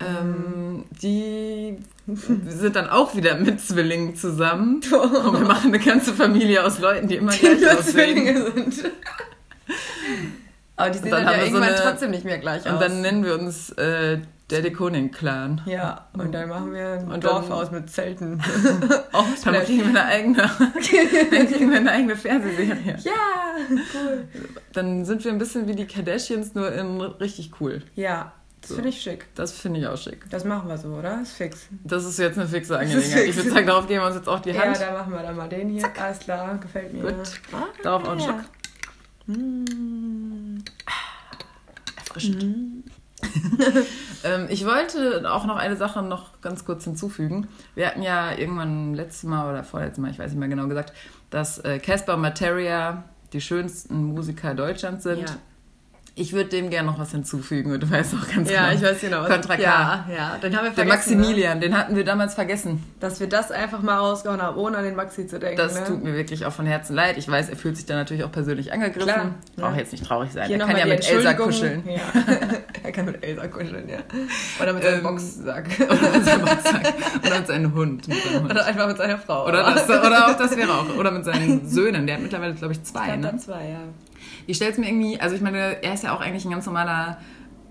ähm, die sind dann auch wieder mit Zwillingen zusammen. <laughs> Und wir machen eine ganze Familie aus Leuten, die immer gleich aussehen. Zwillinge sind. Aber die sehen dann dann, haben ja wir so irgendwann eine- trotzdem nicht mehr gleich Und aus. dann nennen wir uns äh, der Dekoning-Clan. ja, und dann Oh, machen wir ein Und Dorf dann- aus mit <laughs> Zelten. Dann kriegen wir eine <laughs> eigene, dann kriegen wir eine eigene Fernsehserie. Ja, cool. Dann sind wir ein bisschen wie die Kardashians, nur in richtig cool. Ja, Das finde ich schick. Das finde ich auch schick. Das machen wir so, oder? Ist fix. Das ist jetzt eine fixe Das ist Angelegenheit. fix. Ich würde sagen, darauf geben wir uns jetzt auch die Hand. Ja, da machen wir dann mal den hier. Alles klar, gefällt mir. Gut. Darauf auch einen Ja. Schluck. Erfrischend. ähm, ich wollte auch noch eine Sache noch ganz kurz hinzufügen. Wir hatten ja irgendwann letztes Mal oder vorletztes Mal, ich weiß nicht mehr genau gesagt, dass äh, Casper und Materia die schönsten Musiker Deutschlands sind. Ich würde dem gerne noch was hinzufügen und du weißt auch ganz Ja, genau. ich weiß genau. was- Kontra K. Ja, ja, den haben wir vergessen. Der ne? Maximilian, den hatten wir damals vergessen. Dass wir das einfach mal rausgehauen haben, ohne an den Maxi zu denken. Das ne? tut mir wirklich auch von Herzen leid. Ich weiß, er fühlt sich da natürlich auch persönlich angegriffen. Klar, ja. Auch jetzt nicht traurig sein. Hier er noch kann mal ja die mit Elsa kuscheln. Entschuldigung. <laughs> Ja. er kann mit Elsa kuscheln, ja. Oder mit seinem Ähm, Boxsack. Oder mit seinem Hund. Mit seinem Hund. Oder einfach mit seiner Frau. Oder, das, oder auch das wäre auch. Oder mit seinen <laughs> Söhnen. Der hat mittlerweile, glaube ich, zwei. Dann Ne? zwei, ja. Ich stelle es mir irgendwie, also ich meine, er ist ja auch eigentlich ein ganz normaler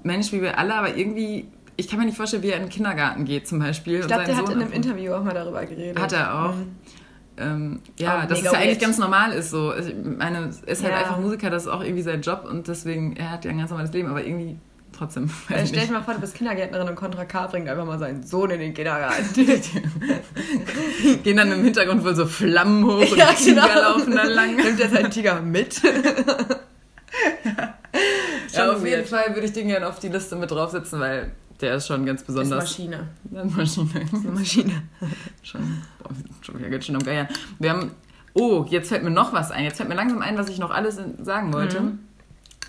Mensch, wie wir alle, aber irgendwie, ich kann mir nicht vorstellen, wie er in den Kindergarten geht zum Beispiel. Ich glaube, der hat in einem Interview auch mal darüber geredet. Äh, Hat er auch. Ähm, ja, Aber dass es ja Mhm. mega eigentlich weird. ganz normal ist so. Also, Ich meine, es ist halt Ja. einfach Musiker, das ist auch irgendwie sein Job und deswegen, er hat ja ein ganz normales Leben, aber irgendwie trotzdem. <laughs> Äh, Weiß ich stell dir nicht. mal vor, du bist Kindergärtnerin und Contra K bringt einfach mal seinen Sohn in den <laughs> Kindergarten. <laughs> Gehen dann im Hintergrund wohl so Flammen hoch und <laughs> Tiger genau. laufen da <laughs> lang. Nimmt er seinen Tiger mit? Ja, Schon auf jeden weird. Fall würde ich den gerne auf die Liste mit draufsetzen, weil der ist schon ganz Ist eine besonders. Maschine. Eine Maschine. Ist eine Maschine. schon, boah, wir sind schon wieder ganz schön am Geier. Wir haben, oh, jetzt fällt mir noch was ein. Jetzt fällt mir langsam ein, was ich noch alles in- sagen wollte. Mhm.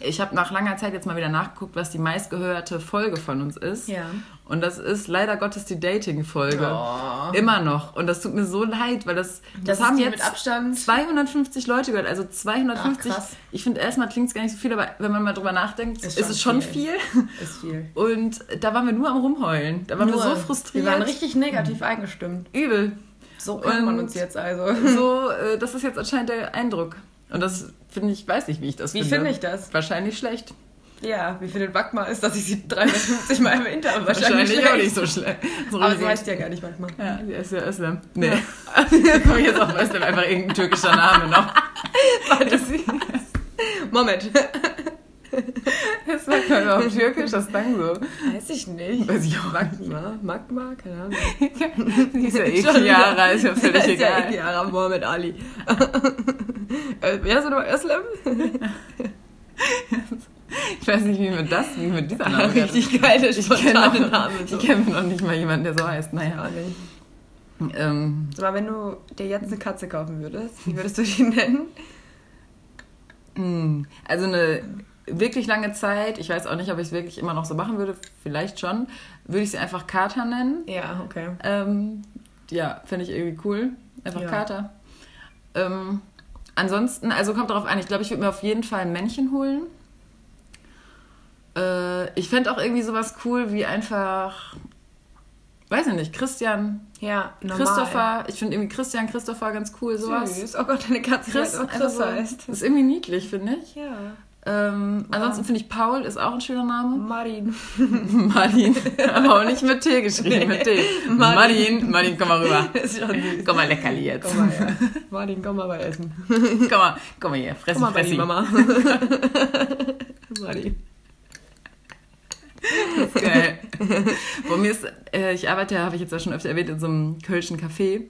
Ich habe nach langer Zeit jetzt mal wieder nachgeguckt, was die meistgehörte Folge von uns ist. Ja. Und das ist leider Gottes die Dating-Folge. Oh. Immer noch. Und das tut mir so leid, weil das, das, ist haben die jetzt mit Abstand. 250 Leute gehört. Also 250. Ach, krass. ich finde, erstmal klingt es gar nicht so viel, aber wenn man mal drüber nachdenkt, ist, Ist schon es schon viel. viel. Ist viel. Und da waren wir nur am Rumheulen. Da waren wir Nur, so frustriert. Wir waren richtig negativ eingestimmt. übel. So kennt man Und- uns jetzt also. <laughs> So, äh, das ist jetzt anscheinend der Eindruck. Und das finde ich, weiß nicht, wie ich das Wie finde. finde ich das? Wahrscheinlich schlecht. Ja, wie viel Wagmar ist, dass ich sie 350 Mal im Internet wahrscheinlich, auch nicht schlecht. so schlecht. So Aber sie richtig- heißt ja gar nicht Wagmar. <laughs> Ja, sie heißt ja Özlem. Nee. <laughs> Komm ich jetzt auf Özlem, einfach irgendein türkischer Name noch. <laughs> Warte, sie. <laughs> Moment. Das sagt man auf türkisch, das klang so. Weiß ich nicht. Weiß ich auch. Magma, Magma, keine Ahnung. Die ist ja eh <laughs> Schon wieder. Chiara, ist ja völlig <laughs> ist ja egal. eh Chiara Mohammed Ali. <laughs> Äh, Wer ist nochmal Özlem? ich weiß nicht, wie mir das, wie mir dieser Name gerade- Genau, Richtig geile, spontane kenne Namen. noch, ich So. kenn noch nicht mal jemanden, der so heißt. Naja. Auch nicht. Ähm, Aber wenn du dir jetzt eine Katze kaufen würdest, wie würdest du die <laughs> nennen? mh, also eine wirklich lange Zeit, ich weiß auch nicht, ob ich es wirklich immer noch so machen würde, vielleicht schon, würde ich sie einfach Kater nennen. Ja, okay. Ähm, ja, finde ich irgendwie cool. Einfach Ja. Kater. Ähm, ansonsten, also kommt darauf an, ich glaube, ich würde mir auf jeden Fall ein Männchen holen. Äh, ich fände auch irgendwie sowas cool wie einfach, weiß ich nicht, Christian, Ja, normal. Christopher. Ich finde irgendwie Christian, Christopher ganz cool, sowas. Süß. Oh Gott, deine Katze Chris, heißt auch einfach Chris so, heißt. ist irgendwie niedlich, finde ich. Ja. Ähm, Ansonsten finde ich Paul ist auch ein schöner <laughs> Name. Marin. Marlin, aber auch nicht mit T geschrieben, mit T. Marlin, Marlin. Marlin, komm mal rüber. Das <laughs> ist schon süß. Komm mal leckerli jetzt. Komm mal her. Marin, komm mal bei Essen. Komm mal, komm mal hier, fresse, Komm mal bei fresse. die Mama. <laughs> Marin. Geil. Bei mir ist, äh, ich arbeite ja, habe ich jetzt ja schon öfter erwähnt, in so einem kölschen Café.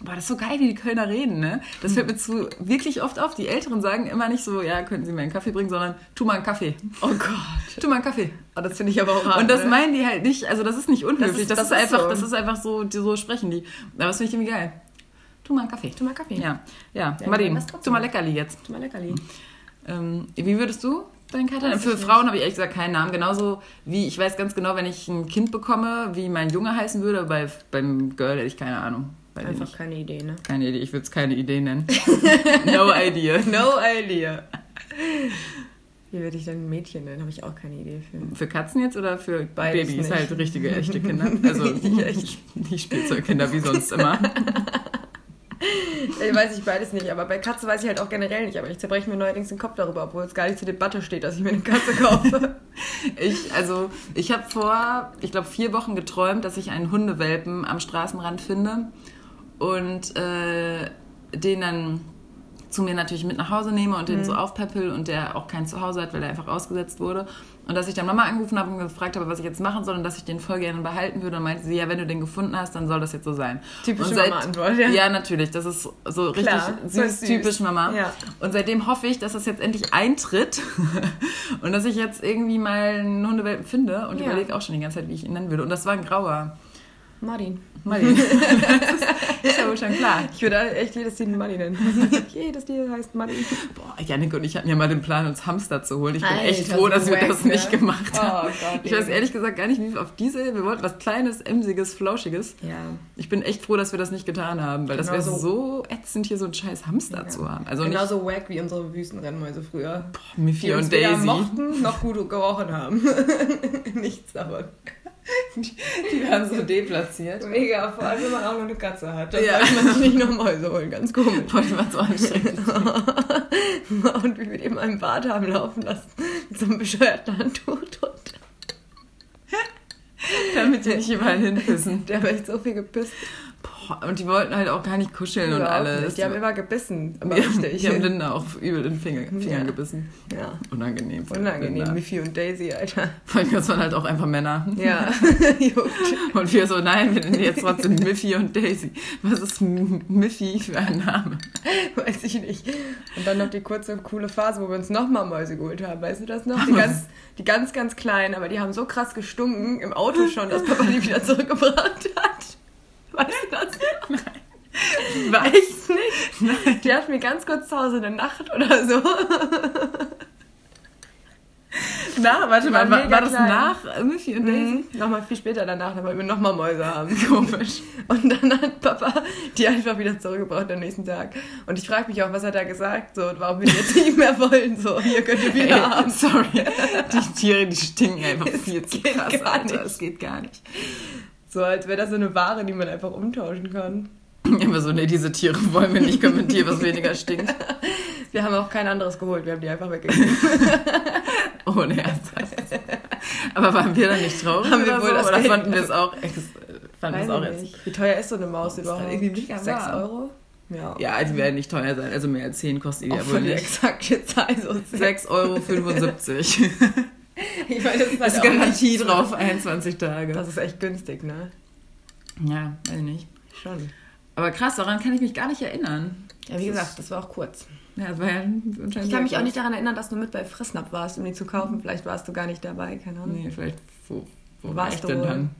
Boah, das ist so geil, wie die Kölner reden, ne? Das fällt mir zu wirklich oft auf. Die Älteren sagen immer nicht so, ja, könnten Sie mir einen Kaffee bringen, sondern tu mal einen Kaffee. Oh Gott. Tu mal einen Kaffee. Oh, das finde ich aber auch hart. Und das ne? meinen die halt nicht, also das ist nicht unhöflich, das ist, einfach, so. das ist einfach so, die, so sprechen die. Aber das finde ich irgendwie geil. Tu mal einen Kaffee. Tu mal Kaffee. Ja, ja, Ja, Marien, das tu trotzdem. mal Leckerli jetzt. Tu mal Leckerli. Ähm, wie würdest du deinen Kater nennen? Weiß ich Für Frauen habe ich ehrlich gesagt keinen Namen. Genauso wie ich weiß ganz genau, wenn ich ein Kind bekomme, wie mein Junge heißen würde. Bei, beim Girl hätte ich keine Ahnung. Weiß ich Einfach nicht. keine Idee, ne? Keine Idee, ich würde es keine Idee nennen. <laughs> no idea. No idea. Wie würde ich denn ein Mädchen nennen? Habe ich auch keine Idee für. Für Katzen jetzt oder für Beides Babys? nicht. Halt richtige, <laughs> echte Kinder. Also Richtig <laughs> nicht Spielzeugkinder wie sonst immer. <laughs> Äh, weiß ich beides nicht, aber bei Katze weiß ich halt auch generell nicht. Aber ich zerbreche mir neuerdings den Kopf darüber, obwohl es gar nicht zur Debatte steht, dass ich mir eine Katze <laughs> kaufe. Ich, also, ich habe vor, ich glaube, vier Wochen geträumt, dass ich einen Hundewelpen am Straßenrand finde und äh, den dann zu mir natürlich mit nach Hause nehme und den Mhm. so aufpäppel und der auch kein Zuhause hat, weil er einfach ausgesetzt wurde. Und dass ich dann Mama angerufen habe und gefragt habe, was ich jetzt machen soll und dass ich den voll gerne behalten würde. Und meinte sie, ja, wenn du den gefunden hast, dann soll das jetzt so sein. Typische und seit- Mama-Antwort, ja. Ja, natürlich. Das ist so richtig Klar, voll süß, süß. typisch Mama. Ja. Und seitdem hoffe ich, dass das jetzt endlich eintritt <laughs> und dass ich jetzt irgendwie mal einen Hundewelpen finde und Ja. überlege auch schon die ganze Zeit, wie ich ihn nennen würde. Und das war ein grauer. Martin. Martin. das ist ja wohl schon <laughs> klar. Ich würde echt jedes Tier Martin <laughs> nennen. jedes Tier heißt Martin. Boah, Janik und ich hatten ja mal den Plan, uns Hamster zu holen. Ich bin Alter, echt froh, dass wir so das wack, ne? nicht gemacht haben. Oh Gott, ich weiß ey. ehrlich gesagt gar nicht, wie wir auf diese. Wir wollten was Kleines, Emsiges, Flauschiges. Ja. Ich bin echt froh, dass wir das nicht getan haben, weil das wäre so Genauso- ätzend, hier so einen scheiß Hamster Genau Ja. zu haben. Also nicht Genauso wack wie unsere Wüstenrennmäuse früher. Miffy die uns und weder Daisy. <laughs> mochten noch gut gerochen haben. <laughs> Nichts <laughs> davon. Die waren so deplatziert. Mega, vor allem wenn man auch nur eine Katze hat. Dann Ja. sollte man sich nicht noch Mäuse holen, ganz komisch. Boah, die waren so anstrengend. <laughs> Und wie wir eben einen Bart haben laufen lassen mit so einem bescheuerten Handtuch drunter. Damit die nicht überall hinpissen. Der hat echt so viel gepisst. Boah, und die wollten halt auch gar nicht kuscheln und Überhaupt alles. nicht. Die haben immer gebissen, aber die, richtig. die haben dann auch übel den Finger, Fingern Ja. gebissen. ja. Unangenehm. für Unangenehm, Rinder. Miffy und Daisy, Alter. Vor allem, das waren halt auch einfach Männer. Ja, <laughs> juckt. Und wir so, nein, wir nennen die jetzt trotzdem Miffy und Daisy. Was ist M- Miffy für ein Name? <laughs> Weiß ich nicht. Und dann noch die kurze, coole Phase, wo wir uns nochmal Mäuse geholt haben. Weißt du das noch? Die Was? ganz, die ganz, ganz kleinen, aber die haben so krass gestunken im Auto schon, dass Papa die wieder zurückgebracht hat. Weißt du das? Weiß. Die hatten wir ganz kurz zu Hause eine Nacht oder so. Na, warte mal, Die waren war, mega war das klein. nach äh, Miffy und Daisy? Nochmal Mhm. viel später danach, da wollten wir nochmal Mäuse <laughs> haben. Komisch. Und dann hat Papa die einfach wieder zurückgebracht am nächsten Tag. Und ich frage mich auch, was hat er gesagt? So, und warum wir die <laughs> jetzt nicht mehr wollen? So, hier könnt ihr wieder Ey, haben. sorry. Die Tiere, die stinken einfach Es viel zu geht krass, gar Alter. nicht. Es geht gar nicht. So, als wäre das so eine Ware, die man einfach umtauschen kann. Immer so, nee, diese Tiere wollen wir nicht kommentieren, was weniger stinkt. Wir haben auch kein anderes geholt, wir haben die einfach weggegeben. Ohne <laughs> Ernsthaft. Aber waren wir dann nicht traurig Haben wir oder wohl so? das Oder Geld- fanden wir es auch, ex- äh, fanden wir es auch jetzt? Wie teuer ist halt so eine Maus ist gerade überhaupt? irgendwie mega Sechs wahr. Euro? Ja. Ja, also werden nicht teuer sein. Also mehr als 10 kostet die Auch ja wohl voll die nicht. exakte Zahl. So 6,75 <laughs> Euro. Ich meine, das ist, Das ist halt auch nicht- Garantie drauf, 21 Tage. Das ist echt günstig, ne? Ja, weiß ich nicht. Schon. Aber krass, daran kann ich mich gar nicht erinnern. Ja, wie gesagt, das war auch kurz. Ja, das war ja anscheinend Ich kann mich sehr auch krass. nicht daran erinnern, dass du mit bei Fressnapf warst, um die zu kaufen. Vielleicht warst du gar nicht dabei, keine Ahnung. Mhm. Nee, vielleicht, wo, wo Wo war warst ich du denn wohl? dann?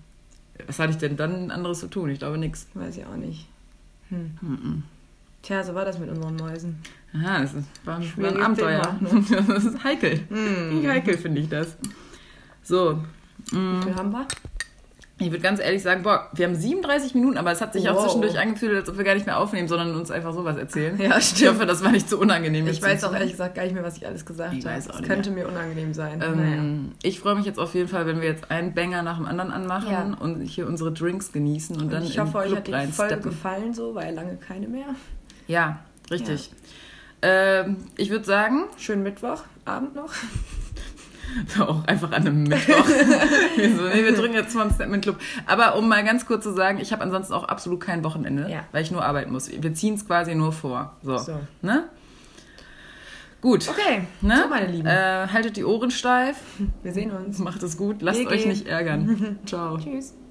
Was hatte ich denn dann anderes zu tun? Ich glaube nichts. Weiß ich auch nicht. Hm. Mhm. Tja, so war das mit unseren Mäusen. Aha, das ist, war, ein- war ein Schwieriges Abenteuer. <laughs> Das ist heikel. Hm. Heikel finde ich das. So, Mm. Wie viel haben wir? Ich würde ganz ehrlich sagen, boah, wir haben 37 Minuten, aber es hat sich auch Wow. zwischendurch angefühlt, als ob wir gar nicht mehr aufnehmen, sondern uns einfach sowas erzählen. Ja, Ich hoffe, das war nicht zu unangenehm. Ich jetzt weiß auch zuzuhören. ehrlich gesagt gar nicht mehr, was ich alles gesagt Ich habe. weiß auch Es nicht könnte mir unangenehm sein. Naja. Ähm, Ich freue mich jetzt auf jeden Fall, wenn wir jetzt einen Banger nach dem anderen anmachen Ja. und hier unsere Drinks genießen und, dann ich in den hoffe, euch Club hat die Folge reinsteppen. gefallen, so, weil lange keine mehr. Ja, richtig. Ähm, ich würde sagen, <laughs> Schönen Mittwochabend noch. auch einfach an einem <laughs> Mittwoch. wir, so, nee, wir drücken jetzt mal einen Step mit Club. Aber um mal ganz kurz zu sagen, ich habe ansonsten auch absolut kein Wochenende, Ja. weil ich nur arbeiten muss. Wir ziehen es quasi nur vor. So. So. Ne? Gut. Okay, Ne? so meine Lieben. Äh, haltet die Ohren steif, Wir sehen uns. macht es gut, lasst Wir euch gehen. nicht ärgern. Ciao. Tschüss.